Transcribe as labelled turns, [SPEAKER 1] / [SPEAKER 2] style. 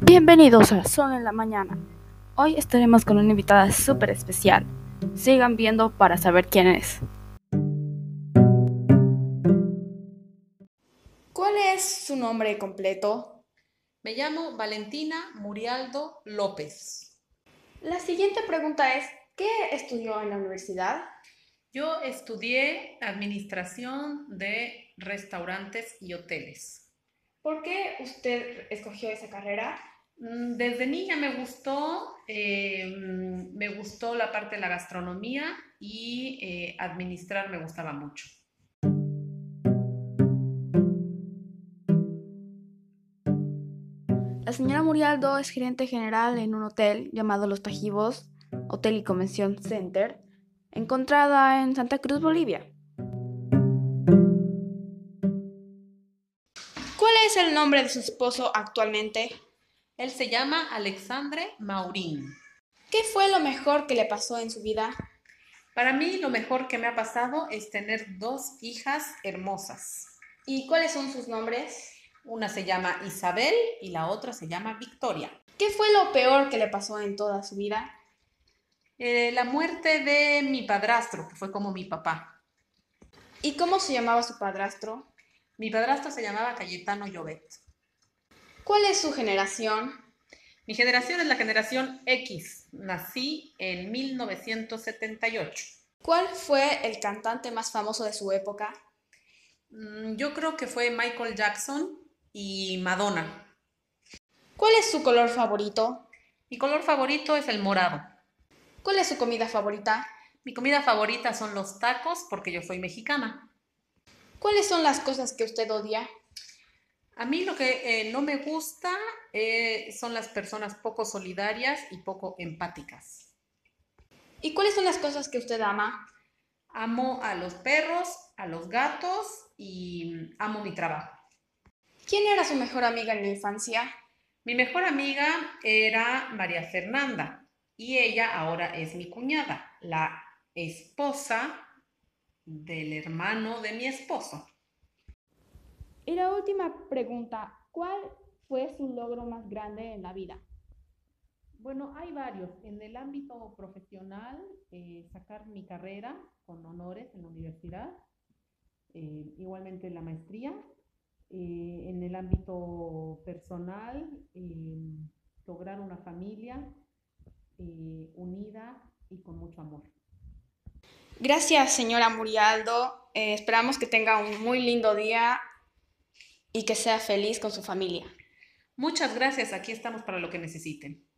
[SPEAKER 1] Bienvenidos a Son en la Mañana. Hoy estaremos con una invitada súper especial. Sigan viendo para saber quién es.
[SPEAKER 2] ¿Cuál es su nombre completo?
[SPEAKER 3] Me llamo Valentina Murialdo López.
[SPEAKER 2] La siguiente pregunta es, ¿qué estudió en la universidad?
[SPEAKER 3] Yo estudié Administración de Restaurantes y Hoteles.
[SPEAKER 2] ¿Por qué usted escogió esa carrera?
[SPEAKER 3] Mm, Desde niña me gustó, eh, mm, me gustó la parte de la gastronomía y eh, administrar me gustaba mucho.
[SPEAKER 1] La señora Murialdo es gerente general en un hotel llamado Los Tajivos, Hotel y Convención Center, encontrada en Santa Cruz, Bolivia.
[SPEAKER 2] ¿Cuál es el nombre de su esposo actualmente?
[SPEAKER 3] Él se llama Alexandre Maurín.
[SPEAKER 2] ¿Qué fue lo mejor que le pasó en su vida?
[SPEAKER 3] Para mí lo mejor que me ha pasado es tener dos hijas hermosas.
[SPEAKER 2] ¿Y cuáles son sus nombres?
[SPEAKER 3] Una se llama Isabel y la otra se llama Victoria.
[SPEAKER 2] ¿Qué fue lo peor que le pasó en toda su vida?
[SPEAKER 3] Eh, la muerte de mi padrastro, que fue como mi papá.
[SPEAKER 2] ¿Y cómo se llamaba su padrastro?
[SPEAKER 3] Mi padrastro se llamaba Cayetano Llobet.
[SPEAKER 2] ¿Cuál es su generación?
[SPEAKER 3] Mi generación es la generación X. Nací en 1978.
[SPEAKER 2] ¿Cuál fue el cantante más famoso de su época?
[SPEAKER 3] Mm, Yo creo que fue Michael Jackson y Madonna.
[SPEAKER 2] ¿Cuál es su color favorito?
[SPEAKER 3] Mi color favorito es el morado.
[SPEAKER 2] ¿Cuál es su comida favorita?
[SPEAKER 3] Mi comida favorita son los tacos porque yo soy mexicana.
[SPEAKER 2] ¿Cuáles son las cosas que usted odia?
[SPEAKER 3] A mí lo que eh, no me gusta eh, son las personas poco solidarias y poco empáticas.
[SPEAKER 2] ¿Y cuáles son las cosas que usted ama?
[SPEAKER 3] Amo a los perros, a los gatos y mm, amo mi trabajo.
[SPEAKER 2] ¿Quién era su mejor amiga en la infancia?
[SPEAKER 3] Mi mejor amiga era María Fernanda y ella ahora es mi cuñada, la esposa del hermano de mi esposo.
[SPEAKER 4] Y la última pregunta, ¿cuál fue su logro más grande en la vida?
[SPEAKER 3] Bueno, hay varios. En el ámbito profesional, eh, sacar mi carrera con honores en la universidad, eh, igualmente la maestría. Eh, en el ámbito personal, eh, lograr una familia eh, unida y con mucho amor.
[SPEAKER 2] Gracias, señora Murialdo. Eh, esperamos que tenga un muy lindo día y que sea feliz con su familia.
[SPEAKER 3] Muchas gracias. Aquí estamos para lo que necesiten.